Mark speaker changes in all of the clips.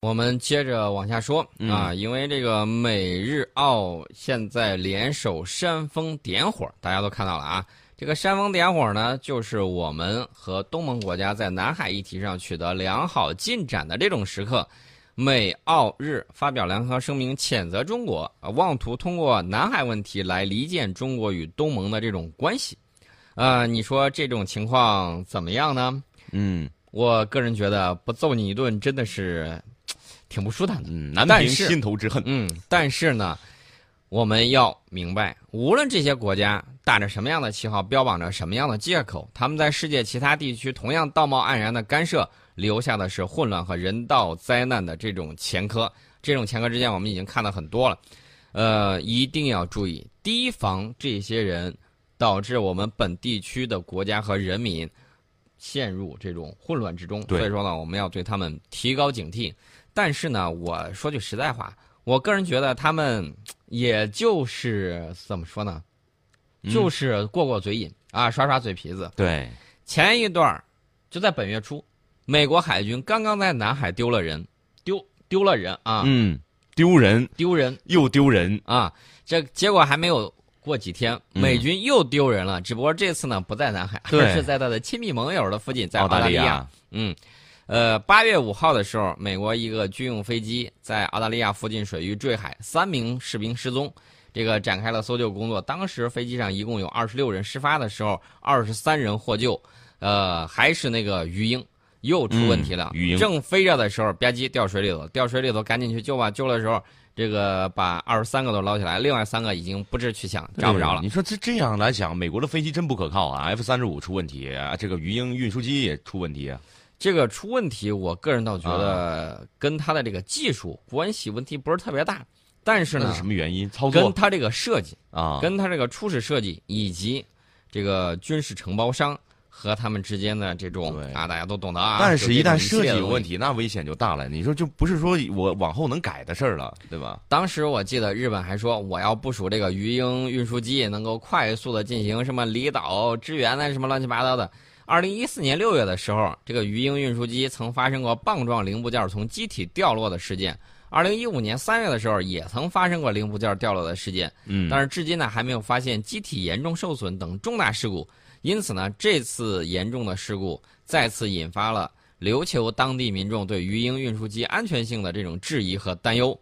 Speaker 1: 我们接着往下说
Speaker 2: 嗯
Speaker 1: 啊，因为这个美日澳现在联手煽风点火，大家都看到了啊。这个煽风点火呢，就是我们和东盟国家在南海议题上取得良好进展的这种时刻。美澳日发表联合声明，谴责中国，啊妄图通过南海问题来离间中国与东盟的这种关系。呃，你说这种情况怎么样呢？
Speaker 2: 嗯
Speaker 1: 我个人觉得不揍你一顿真的是挺不舒坦的。
Speaker 2: 嗯，难
Speaker 1: 但
Speaker 2: 平
Speaker 1: 是
Speaker 2: 心头之恨。
Speaker 1: 嗯，但是呢，我们要明白，无论这些国家打着什么样的旗号，标榜着什么样的借口，他们在世界其他地区同样道貌岸然的干涉，留下的是混乱和人道灾难的这种前科。这种前科之间，我们已经看到很多了。呃，一定要注意提防这些人，导致我们本地区的国家和人民陷入这种混乱之中。
Speaker 2: 对
Speaker 1: 所以说呢，我们要对他们提高警惕。但是呢，我说句实在话，我个人觉得他们也就是怎么说呢，
Speaker 2: 嗯
Speaker 1: 就是过过嘴瘾啊，耍耍嘴皮子。
Speaker 2: 对，
Speaker 1: 前一段儿就在本月初，美国海军刚刚在南海丢了人，丢丢了人啊，
Speaker 2: 嗯，丢人
Speaker 1: 丢人
Speaker 2: 又丢人。
Speaker 1: 啊，这结果还没有过几天，
Speaker 2: 嗯
Speaker 1: 美军又丢人了，只不过这次呢不在南海，
Speaker 2: 对
Speaker 1: 而是在他的亲密盟友的附近，在
Speaker 2: 澳
Speaker 1: 澳
Speaker 2: 大
Speaker 1: 大
Speaker 2: 利
Speaker 1: 利亚。嗯，呃，八月五号的时候，美国一个军用飞机在澳大利亚附近水域坠海，三名士兵失踪。这个展开了搜救工作。当时飞机上一共有二十六人，事发的时候二十三人获救。呃，还是那个鱼鹰又出问题了，
Speaker 2: 嗯鱼鹰
Speaker 1: 正飞着的时候吧唧掉水里头，掉水里头赶紧去救吧。救的时候，这个把二十三个都捞起来，另外三个已经不知去向，
Speaker 2: 对
Speaker 1: 找不着了。
Speaker 2: 你说这这样来讲，美国的飞机真不可靠啊！F 三十五出问题，啊这个鱼鹰运输机也出问题啊。
Speaker 1: 这个出问题，我个人倒觉得跟他的这个技术关系问题不是特别大，但是
Speaker 2: 这
Speaker 1: 呢
Speaker 2: 是，什么原因？操
Speaker 1: 跟
Speaker 2: 作
Speaker 1: 他这个设计、
Speaker 2: 啊，
Speaker 1: 跟他这个初始设计以及这个军事承包商和他们之间的这种
Speaker 2: 对
Speaker 1: 啊，大家都懂得啊。
Speaker 2: 但是，一旦设计有
Speaker 1: 问
Speaker 2: 问
Speaker 1: 题。
Speaker 2: 题，那危险就大了。你说，就不是说我往后能改的事儿了，对吧？
Speaker 1: 当时我记得日本还说，我要部署这个鱼鹰运输机，能够快速的进行什么离岛支援啊，什么乱七八糟的。二零一四年六月的时候，这个鱼鹰运输机曾发生过棒状零部件从机体掉落的事件。二零一五年三月的时候，也曾发生过零部件掉落的事件，
Speaker 2: 嗯
Speaker 1: 但是至今呢还没有发现机体严重受损等重大事故。因此呢，这次严重的事故再次引发了琉球当地民众对鱼鹰运输机安全性的这种质疑和担忧。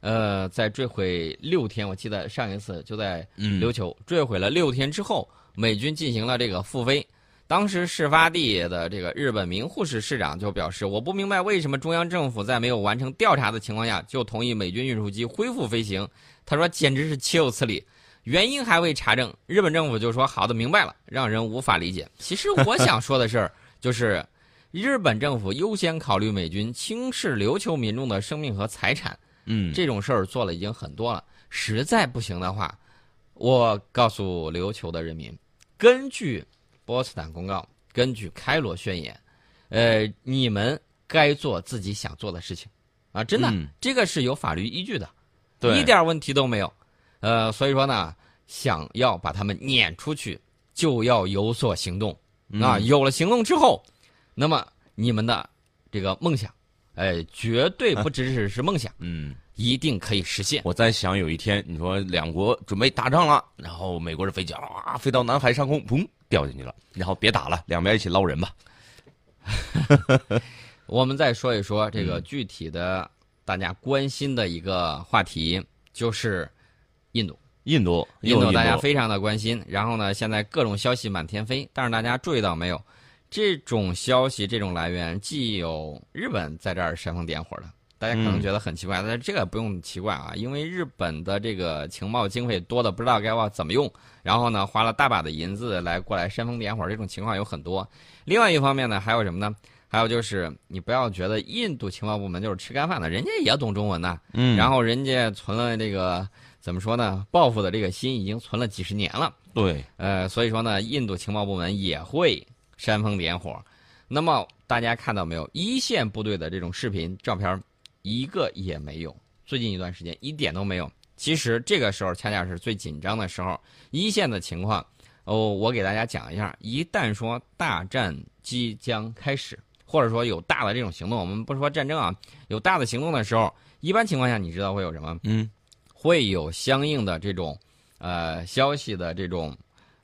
Speaker 1: 呃，在坠毁六天，我记得上一次就在
Speaker 2: 嗯
Speaker 1: 琉球坠毁了六天之后，美军进行了这个复飞。当时事发地的这个日本名护市市长就表示：“我不明白为什么中央政府在没有完成调查的情况下，就同意美军运输机恢复飞行。”他说：“简直是岂有此理！”原因还未查证，日本政府就说：“好的，明白了。”让人无法理解。其实我想说的事儿就是，日本政府优先考虑美军轻视琉球民众的生命和财产，
Speaker 2: 嗯，
Speaker 1: 这种事儿做了已经很多了。实在不行的话，我告诉琉球的人民，根据波茨坦公告，根据开罗宣言，呃，你们该做自己想做的事情啊！真的，
Speaker 2: 嗯
Speaker 1: 这个是有法律依据的，
Speaker 2: 对
Speaker 1: 一点问题都没有。呃，所以说呢，想要把他们撵出去，就要有所行动。
Speaker 2: 嗯
Speaker 1: 啊，有了行动之后，那么你们的这个梦想，哎，绝对不只是是梦想。
Speaker 2: 嗯，
Speaker 1: 一定可以实现。
Speaker 2: 我在想有一天，你说两国准备打仗了，然后美国的飞机啊飞到南海上空，砰掉进去了，然后别打了，两边一起捞人吧。
Speaker 1: 我们再说一说这个具体的大家关心的一个话题，就是印度。
Speaker 2: 印度，
Speaker 1: 印
Speaker 2: 度
Speaker 1: 度大家非常的关心，然后呢，现在各种消息满天飞，但是大家注意到没有？这种消息，这种来源，既有日本在这儿煽风点火的，大家可能
Speaker 2: 嗯
Speaker 1: 觉得很奇怪，但是这个不用奇怪啊，因为日本的这个情报经费多的不知道该往怎么用，然后呢，花了大把的银子来过来煽风点火，这种情况有很多。另外一方面呢，还有什么呢？还有就是，你不要觉得印度情报部门就是吃干饭的，人家也懂中文呐、
Speaker 2: 嗯，
Speaker 1: 然
Speaker 2: 后
Speaker 1: 后人家存了这个怎么说呢？报复的这个心已经存了几十年了。
Speaker 2: 对，
Speaker 1: 呃，所以说呢，印度情报部门也会煽风点火。那么大家看到没有？一线部队的这种视频、照片，一个也没有。最近一段时间一点都没有。其实这个时候恰恰是最紧张的时候，一线的情况。哦，我给大家讲一下，一旦说大战即将开始，或者说有大的这种行动，我们不说战争啊，有大的行动的时候，一般情况下你知道会有什么？
Speaker 2: 嗯，
Speaker 1: 会有相应的这种呃消息的这种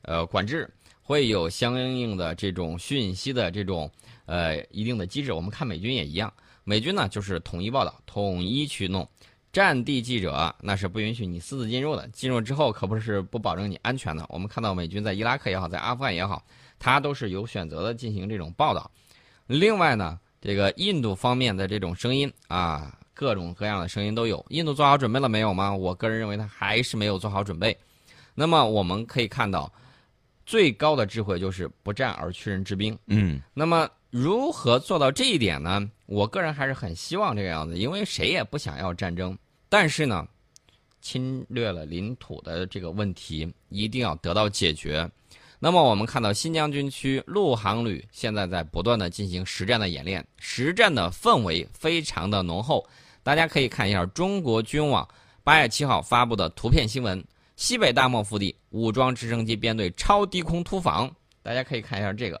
Speaker 1: 呃管制，会有相应的这种讯息的这种呃一定的机制。我们看美军也一样，美军呢就是统一报道，统一去弄。战地记者那是不允许你私自进入的，进入之后可不是不保证你安全的。我们看到美军在伊拉克也好，在阿富汗也好，它都是有选择的进行这种报道。另外呢，这个印度方面的这种声音啊，各种各样的声音都有。印度做好准备了没有吗？我个人认为他还是没有做好准备。那么我们可以看到，最高的智慧就是不战而屈人之兵。
Speaker 2: 嗯，
Speaker 1: 那么如何做到这一点呢？我个人还是很希望这个样子，因为谁也不想要战争。但是呢，侵略了领土的这个问题一定要得到解决。那么我们看到新疆军区陆航旅现在在不断的进行实战的演练，实战的氛围非常的浓厚。大家可以看一下中国军网八月七号发布的图片新闻：西北大漠腹地武装直升机编队超低空突防。大家可以看一下这个。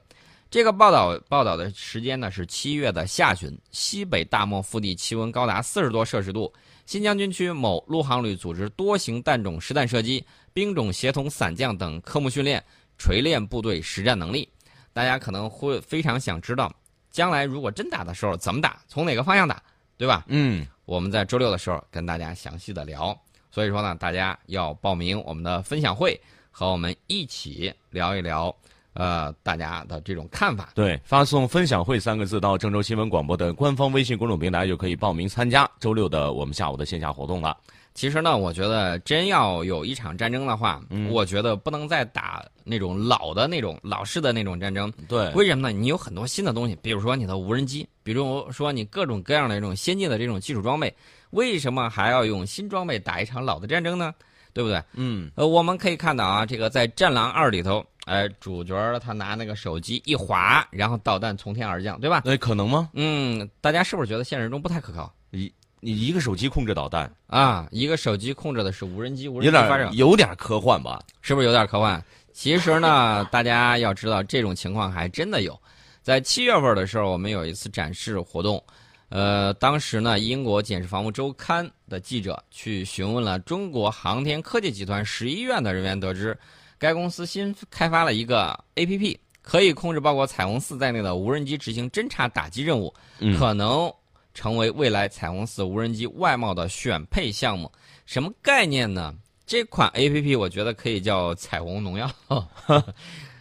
Speaker 1: 这个报道报道的时间呢是七月的下旬，西北大漠腹地气温高达四十多摄氏度，新疆军区某陆航旅组织多型弹种实弹射击、兵种协同伞降等科目训练，锤炼部队实战能力。大家可能会非常想知道，将来如果真打的时候怎么打，从哪个方向打，对吧？
Speaker 2: 嗯，
Speaker 1: 我们在周六的时候跟大家详细的聊。所以说呢，大家要报名我们的分享会，和我们一起聊一聊，呃，大家的这种看法。
Speaker 2: 对，发送“分享会”三个字到郑州新闻广播的官方微信公众平台就可以报名参加周六的我们下午的线下活动了。
Speaker 1: 其实呢，我觉得真要有一场战争的话，
Speaker 2: 嗯
Speaker 1: 我觉得不能再打那种老的那种老式的那种战争。
Speaker 2: 对
Speaker 1: 为什么呢？你有很多新的东西，比如说你的无人机，比如说你各种各样的这种先进的这种技术装备，为什么还要用新装备打一场老的战争呢？对不对？
Speaker 2: 嗯，
Speaker 1: 呃，我们可以看到啊，这个在《战狼二》里头，呃，主角儿他拿那个手机一划，然后导弹从天而降，对吧？
Speaker 2: 那哎可能吗？
Speaker 1: 嗯，大家是不是觉得现实中不太可靠
Speaker 2: 你一个手机控制导弹，
Speaker 1: 啊？一个手机控制的是无人机，无人
Speaker 2: 有
Speaker 1: 机发射
Speaker 2: 点有点科幻吧？
Speaker 1: 是不是有点科幻？其实呢，大家要知道这种情况还真的有。在七月份的时候，我们有一次展示活动，呃，当时呢，英国《简氏房屋周刊》的记者去询问了中国航天科技集团十一院的人员，得知该公司新开发了一个 APP，可以控制包括彩虹四在内的无人机执行侦察打击任务，
Speaker 2: 嗯
Speaker 1: 可能成为未来彩虹四无人机外贸的选配项目。什么概念呢？这款 A P P 我觉得可以叫彩虹 农药，呃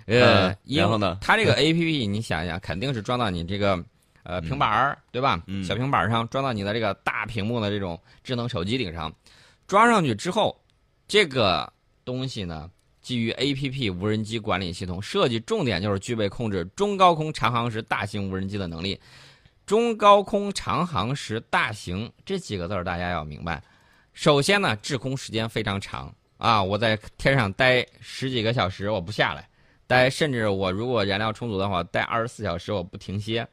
Speaker 2: 嗯，
Speaker 1: 因为
Speaker 2: 然后呢
Speaker 1: 它这个 A P P 你想一想，肯定是装到你这个呃平板儿对吧？
Speaker 2: 嗯
Speaker 1: 小平板儿上装到你的这个大屏幕的这种智能手机顶上，装上去之后，这个东西呢，基于 A P P 无人机管理系统设计，重点就是具备控制中高空长航时大型无人机的能力。中高空长航时大型这几个字儿大家要明白。首先呢，滞空时间非常长啊，我在天上待十几个小时，我不下来，待甚至我如果燃料充足的话，待二十四小时我不停歇。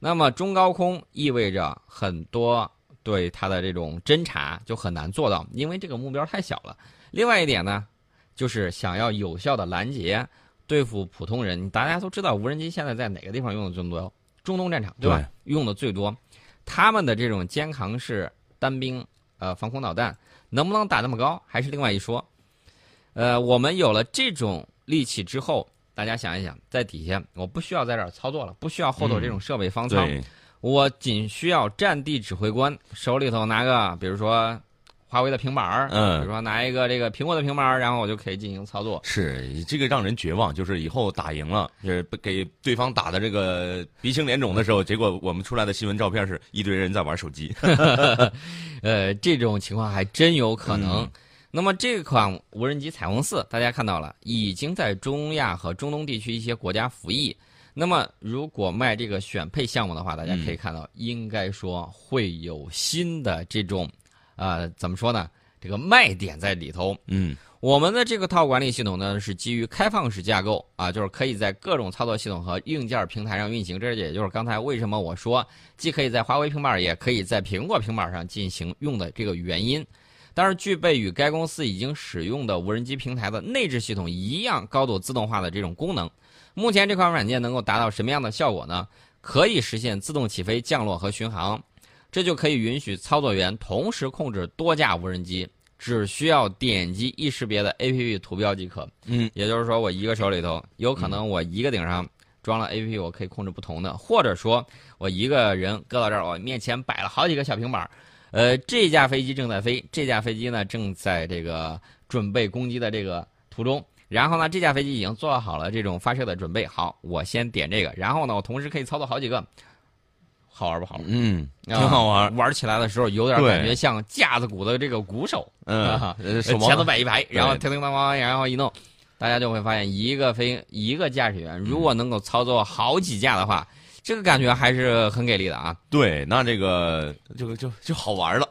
Speaker 1: 那么中高空意味着很多对它的这种侦查就很难做到，因为这个目标太小了。另外一点呢，就是想要有效的拦截对付普通人，大家都知道无人机现在在哪个地方用的最多？中东战场对吧？用的最多，他们的这种肩扛式单兵呃防空导弹能不能打那么高，还是另外一说。呃，我们有了这种利器之后，大家想一想，在底下我不需要在这儿操作了，不需要后头这种设备方舱，
Speaker 2: 嗯对，
Speaker 1: 我仅需要战地指挥官手里头拿个，比如说华为的平板儿，
Speaker 2: 嗯
Speaker 1: 比如说拿一个这个苹果的平板儿，然后我就可以进行操作。
Speaker 2: 是这个让人绝望。就是以后打赢了，就是被给对方打的这个鼻青脸肿的时候，结果我们出来的新闻照片是一堆人在玩手机。
Speaker 1: 呃，这种情况还真有可能。
Speaker 2: 嗯
Speaker 1: 那么这款无人机彩虹四，大家看到了，已经在中亚和中东地区一些国家服役。那么如果卖这个选配项目的话，大家可以看到，应该说会有新的这种，呃，怎么说呢？这个卖点在里头。
Speaker 2: 嗯
Speaker 1: 我们的这个套管理系统呢，是基于开放式架构啊，就是可以在各种操作系统和硬件平台上运行。这也就是刚才为什么我说，既可以在华为平板，也可以在苹果平板上进行用的这个原因。但是，具备与该公司已经使用的无人机平台的内置系统一样高度自动化的这种功能，目前这款软件能够达到什么样的效果呢？可以实现自动起飞、降落和巡航，这就可以允许操作员同时控制多架无人机，只需要点击易识别的 APP 图标即可。
Speaker 2: 嗯，
Speaker 1: 也就是说，我一个手里头有可能我一个顶上装了 APP，我可以控制不同的，或者说我一个人搁到这儿，我面前摆了好几个小平板儿，呃，这架飞机正在飞，这架飞机呢正在这个准备攻击的这个途中。然后呢，这架飞机已经做好了这种发射的准备。好，我先点这个，然后呢，我同时可以操作好几个，好玩不好玩？
Speaker 2: 嗯， 挺
Speaker 1: 啊
Speaker 2: 好玩儿。
Speaker 1: 玩起来的时候有点
Speaker 2: 对
Speaker 1: 感觉像架子鼓的这个鼓手，啊
Speaker 2: 嗯，呃手
Speaker 1: 前头
Speaker 2: 忙
Speaker 1: 摆一排，然后
Speaker 2: 对
Speaker 1: 叮叮当当，然后一弄，大家就会发现，一个飞一个驾驶员如果能够操作好几架的话，这个感觉还是很给力的啊！
Speaker 2: 对，那这个就就就好玩了。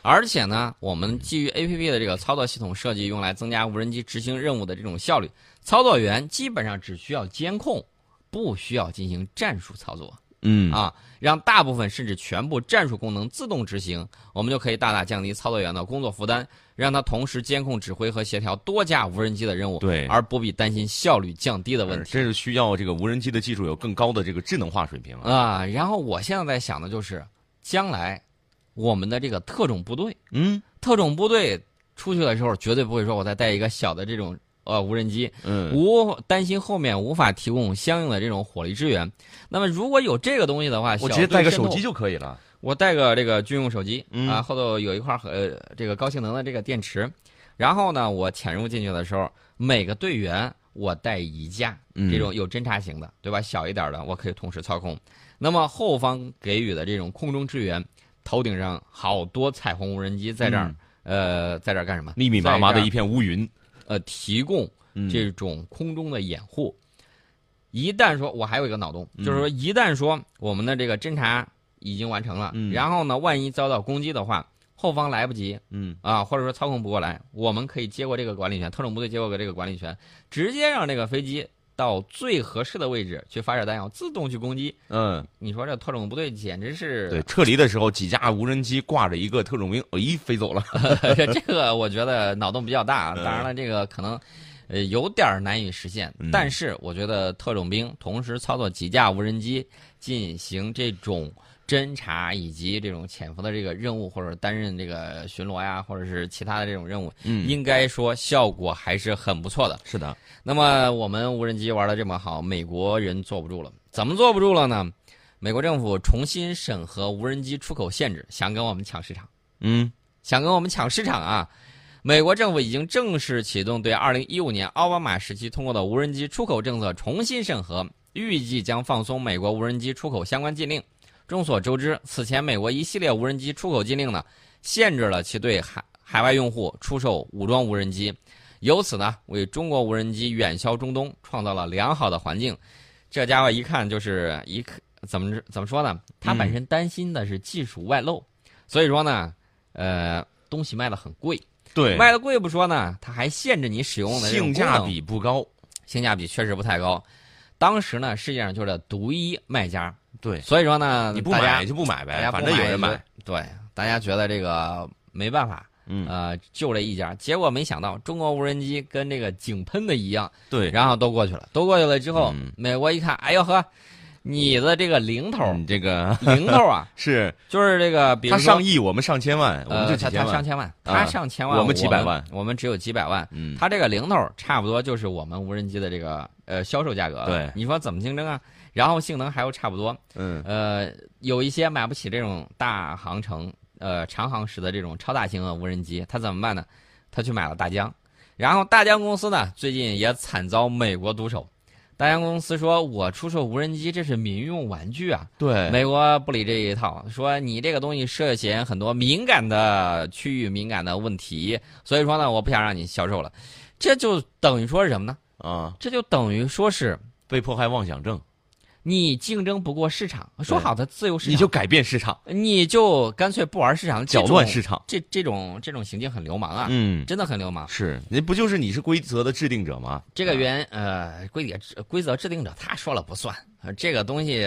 Speaker 1: 而且呢，我们基于 A P P 的这个操作系统设计，用来增加无人机执行任务的这种效率，操作员基本上只需要监控，不需要进行战术操作。
Speaker 2: 嗯
Speaker 1: 啊，让大部分甚至全部战术功能自动执行，我们就可以大大降低操作员的工作负担，让他同时监控、指挥和协调多架无人机的任务，
Speaker 2: 对
Speaker 1: 而不必担心效率降低的问题
Speaker 2: 这是需要这个无人机的技术有更高的这个智能化水平啊。
Speaker 1: 啊。然后我现在在想的就是，将来我们的这个特种部队，
Speaker 2: 嗯
Speaker 1: 特种部队出去的时候，绝对不会说我再带一个小的这种呃无人机，
Speaker 2: 嗯，
Speaker 1: 无担心后面无法提供相应的这种火力支援。那么如果有这个东西的话，
Speaker 2: 我
Speaker 1: 小
Speaker 2: 直接
Speaker 1: 队
Speaker 2: 带个
Speaker 1: 渗
Speaker 2: 手
Speaker 1: 透
Speaker 2: 机就可以了。
Speaker 1: 我带个这个军用手机，
Speaker 2: 嗯
Speaker 1: 啊，后头有一块儿呃这个高性能的这个电池，然后呢，我潜入进去的时候，每个队员我带一架
Speaker 2: 嗯
Speaker 1: 这种有侦察型的，对吧？小一点的我可以同时操控。那么后方给予的这种空中支援，头顶上好多彩虹无人机在这儿，
Speaker 2: 嗯
Speaker 1: 呃，在这儿干什么？
Speaker 2: 密密麻麻的
Speaker 1: 在这
Speaker 2: 一片乌云。
Speaker 1: 儿呃提供
Speaker 2: 嗯
Speaker 1: 这种空中的掩护。一旦说，我还有一个脑洞，
Speaker 2: 嗯
Speaker 1: 就是说，一旦说我们的这个侦查已经完成了，
Speaker 2: 嗯
Speaker 1: 然后呢，万一遭到攻击的话，后方来不及
Speaker 2: 嗯
Speaker 1: 啊，或者说操控不过来，我们可以接过这个管理权，特种部队接过这个管理权，直接让这个飞机到最合适的位置去发射弹药，自动去攻击。
Speaker 2: 嗯，
Speaker 1: 你说这特种部队简直
Speaker 2: 对
Speaker 1: 是，，
Speaker 2: 撤离的时候几架无人机挂着一个特种兵，咦，飞走了。
Speaker 1: 这个我觉得脑洞比较大啊。当然了，这个可能。呃，有点儿难以实现，
Speaker 2: 嗯
Speaker 1: 但是我觉得特种兵同时操作几架无人机进行这种侦察以及这种潜伏的这个任务，或者担任这个巡逻呀，或者是其他的这种任务，
Speaker 2: 嗯，
Speaker 1: 应该说效果还是很不错的。
Speaker 2: 是的，
Speaker 1: 那么我们无人机玩的这么好，美国人坐不住了，怎么坐不住了呢？美国政府重新审核无人机出口限制，想跟我们抢市场。
Speaker 2: 嗯
Speaker 1: 想跟我们抢市场啊！美国政府已经正式启动对2015年奥巴马时期通过的无人机出口政策重新审核，预计将放松美国无人机出口相关禁令。众所周知，此前美国一系列无人机出口禁令呢，限制了其对海海外用户出售武装无人机，由此呢，为中国无人机远销中东创造了良好的环境。这家伙一看就是一看怎么怎么说呢？他本身担心的是技术外露，所以说呢，呃，东西卖的很贵，
Speaker 2: 对，
Speaker 1: 卖的贵不说呢，他还限制你使用的这种
Speaker 2: 性
Speaker 1: 功
Speaker 2: 价
Speaker 1: 能
Speaker 2: 比不高。
Speaker 1: 性价比确实不太高。当时呢，世界上就这独一卖家，
Speaker 2: 对，
Speaker 1: 所以说呢，
Speaker 2: 你不
Speaker 1: 呃大家
Speaker 2: 买就不买
Speaker 1: 大
Speaker 2: 呗，
Speaker 1: 家不
Speaker 2: 反正有人
Speaker 1: 买
Speaker 2: 买
Speaker 1: 就。，对，大家觉得这个没办法，
Speaker 2: 嗯
Speaker 1: 呃，就这一家。结果没想到，中国无人机跟这个井喷的一样，
Speaker 2: 对，
Speaker 1: 然后都过去了，都过去了之后，
Speaker 2: 嗯
Speaker 1: 美国一看，哎呦呵，你的这个零头儿，
Speaker 2: 你 这个
Speaker 1: 零头儿啊，
Speaker 2: 是
Speaker 1: 就是这个，比如
Speaker 2: 嗯他
Speaker 1: 说
Speaker 2: 上亿，我们上千万，我们就
Speaker 1: 呃，
Speaker 2: 几
Speaker 1: 他
Speaker 2: 千
Speaker 1: 他上
Speaker 2: 万。
Speaker 1: 千万，
Speaker 2: 啊
Speaker 1: 他上千万，
Speaker 2: 我
Speaker 1: 我
Speaker 2: 们几百万
Speaker 1: 我们只有几百万。
Speaker 2: 嗯，
Speaker 1: 他这个零头儿差不多就是我们无人机的这个呃销售价格了。
Speaker 2: 对
Speaker 1: 你说怎么竞争啊？然后性能还又差不多，
Speaker 2: 嗯
Speaker 1: 呃，有一些买不起这种大航程、呃长航时的这种超大型的无人机，他怎么办呢？他去买了大疆，然后大疆公司呢，最近也惨遭美国毒手。大疆公司说：“我出售无人机，这是民用玩具啊！”
Speaker 2: 对，
Speaker 1: 美国不理这一套，说你这个东西涉嫌很多敏感的区域、敏感的问题，所以说呢，我不想让你销售了。这就等于说是什么呢？
Speaker 2: 啊，
Speaker 1: 这就等于说是
Speaker 2: 被迫害妄想症，
Speaker 1: 你竞争不过市场，说好的自由市场，
Speaker 2: 你就改变市场，
Speaker 1: 你就干脆不玩市场，
Speaker 2: 搅乱市场。
Speaker 1: 这种这这种这种行径很流氓啊，
Speaker 2: 嗯，
Speaker 1: 真的很流氓。
Speaker 2: 是，那不就是你是规则的制定者吗？
Speaker 1: 这个
Speaker 2: 啊
Speaker 1: 原呃规则规则制定者他说了不算，呃这个东西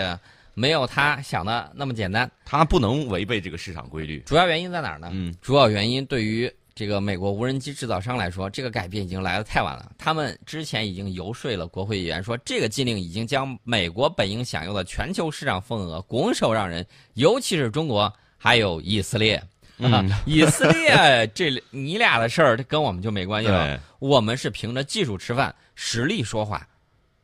Speaker 1: 没有他想的那么简单。
Speaker 2: 他不能违背这个市场规律。
Speaker 1: 啊主要原因在哪儿呢？
Speaker 2: 嗯
Speaker 1: 主要原因对于这个美国无人机制造商来说，这个改变已经来得太晚了。他们之前已经游说了国会议员，说这个禁令已经将美国本应享有的全球市场份额拱手让人，尤其是中国还有以色列。啊，
Speaker 2: 嗯
Speaker 1: 以色列这你俩的事儿，这跟我们就没关系了。
Speaker 2: 对
Speaker 1: 我们是凭着技术吃饭，实力说话，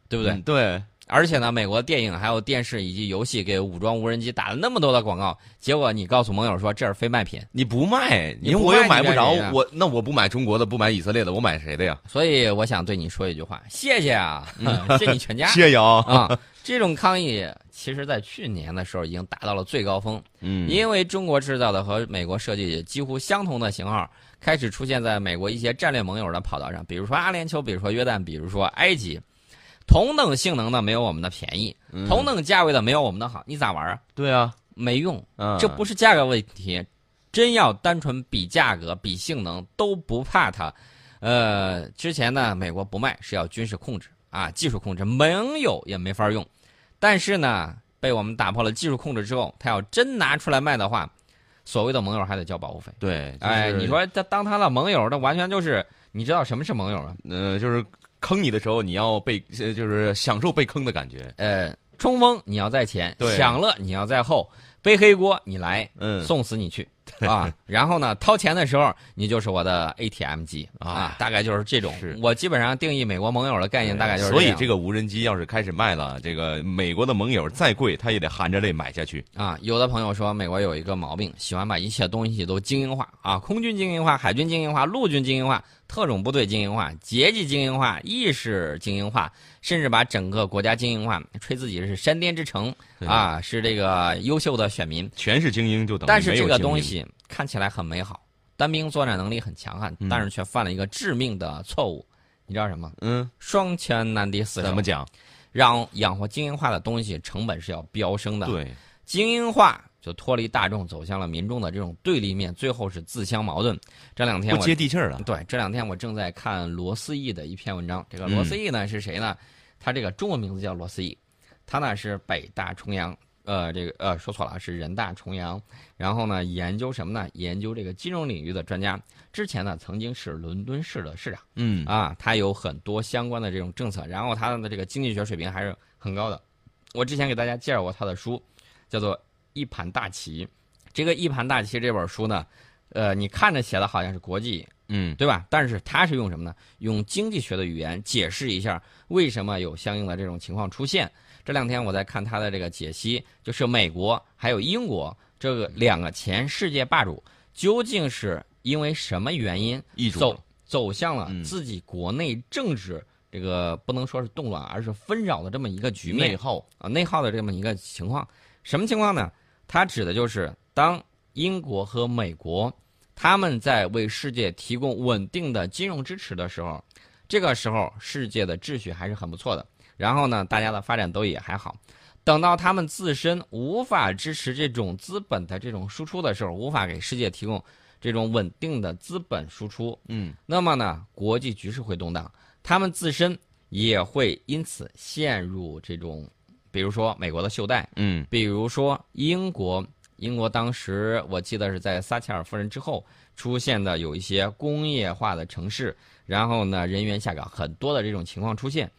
Speaker 1: 对不对？
Speaker 2: 嗯对，
Speaker 1: 而且呢，美国电影还有电视以及游戏给武装无人机打了那么多的广告，结果你告诉盟友说这是非卖品，
Speaker 2: 你不卖，
Speaker 1: 你
Speaker 2: 因为
Speaker 1: 不
Speaker 2: 我
Speaker 1: 卖
Speaker 2: 又买
Speaker 1: 你
Speaker 2: 不
Speaker 1: 干
Speaker 2: 着
Speaker 1: 谁呀，
Speaker 2: 我那我不买中国的，不买以色列的，我买谁的呀？
Speaker 1: 所以我想对你说一句话，谢谢啊， 谢你全家
Speaker 2: 嗯谢谢啊，
Speaker 1: 啊、这种抗议其实在去年的时候已经达到了最高峰，
Speaker 2: 嗯，
Speaker 1: 因为中国制造的和美国设计几乎相同的型号开始出现在美国一些战略盟友的跑道上，比如说阿联酋，比如说约旦，比如说埃及。同等性能的没有我们的便宜，
Speaker 2: 嗯
Speaker 1: 同等价位的没有我们的好，你咋玩啊？
Speaker 2: 对啊，
Speaker 1: 没用，
Speaker 2: 嗯，
Speaker 1: 这不是价格问题，真要单纯比价格、比性能都不怕它。呃，之前呢，美国不卖是要军事控制啊，技术控制，盟友也没法用。但是呢，被我们打破了技术控制之后，他要真拿出来卖的话，所谓的盟友还得交保护费。
Speaker 2: 对，就是
Speaker 1: 哎，你，说他当他的盟友，那完全就是你知道什么是盟友啊吗？
Speaker 2: 呃，就是坑你的时候，你要被，呃就是享受被坑的感觉，
Speaker 1: 呃，冲锋你要在前，
Speaker 2: 对
Speaker 1: 享乐你要在后，背黑锅你来，
Speaker 2: 嗯，
Speaker 1: 送死你去啊！然后呢，掏钱的时候你就是我的 ATM 机啊
Speaker 2: 啊，
Speaker 1: 大概就是这种
Speaker 2: 是。
Speaker 1: 我基本上定义美国盟友的概念大概就是
Speaker 2: 所以
Speaker 1: 样
Speaker 2: 这个无人机要是开始卖了，这个美国的盟友再贵，他也得含着泪买下去。
Speaker 1: 啊。有的朋友说，美国有一个毛病，喜欢把一切东西都精英化啊，空军精英化、海军精英化、陆军精英化、特种部队精英化、阶级精英化、E 意识精英化，甚至把整个国家精英化，吹自己是山巅之城
Speaker 2: 对
Speaker 1: 啊，是这个优秀的选民。
Speaker 2: 全是精英就等于
Speaker 1: 但是
Speaker 2: 没有
Speaker 1: 这个
Speaker 2: 精英
Speaker 1: 东西看起来很美好，单兵作战能力很强悍，
Speaker 2: 嗯
Speaker 1: 但是却犯了一个致命的错误，你知道什么？
Speaker 2: 嗯，
Speaker 1: 双拳难敌四
Speaker 2: 怎
Speaker 1: 手
Speaker 2: 么。讲？
Speaker 1: 让养活精英化的东西成本是要飙升的，
Speaker 2: 对，
Speaker 1: 精英化就脱离大众，走向了民众的这种对立面，最后是自相矛盾。这两天
Speaker 2: 不
Speaker 1: 我
Speaker 2: 接地气儿了。
Speaker 1: 对这两天我正在看罗思义的一篇文章，这个罗思义呢、是谁呢？他这个中文名字叫罗思义，他呢是北大重阳，呃，这个呃说错了，是人大重阳。然后呢，研究什么呢？研究这个金融领域的专家。之前呢，曾经是伦敦市的市长
Speaker 2: 嗯，
Speaker 1: 啊，他有很多相关的这种政策。然后他的这个经济学水平还是很高的。我之前给大家介绍过他的书，叫做《一盘大棋》。这个《一盘大棋》这本书呢，呃，你看着写的好像是国际
Speaker 2: 嗯，
Speaker 1: 对吧？但是他是用什么呢？用经济学的语言解释一下为什么有相应的这种情况出现。这两天我在看他的这个解析，就是美国还有英国这个两个前世界霸主究竟是因为什么原因
Speaker 2: 易主
Speaker 1: 走走向了
Speaker 2: 嗯
Speaker 1: 自己国内政治这个不能说是动乱，而是纷扰的这么一个局面
Speaker 2: 内。耗。
Speaker 1: 啊内耗的这么一个情况。什么情况呢？它指的就是当英国和美国他们在为世界提供稳定的金融支持的时候，这个时候世界的秩序还是很不错的。然后呢，大家的发展都也还好。等到他们自身无法支持这种资本的这种输出的时候，无法给世界提供这种稳定的资本输出，
Speaker 2: 嗯，
Speaker 1: 那么呢，国际局势会动荡，他们自身也会因此陷入这种，比如说美国的袖带，
Speaker 2: 嗯，
Speaker 1: 比如说英国，英国当时我记得是在撒切尔夫人之后出现的有一些工业化的城市，然后呢人员下岗，很多的这种情况出现。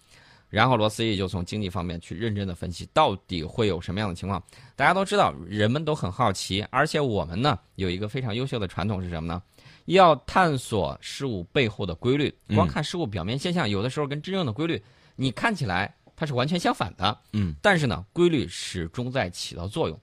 Speaker 1: 然后罗斯义就从经济方面去认真的分析，到底会有什么样的情况？大家都知道，人们都很好奇，而且我们呢有一个非常优秀的传统是什么呢？要探索事物背后的规律，光
Speaker 2: 嗯
Speaker 1: 看事物表面现象，有的时候跟真正的规律，你看起来它是完全相反的。但是呢，规律始终在起到作用。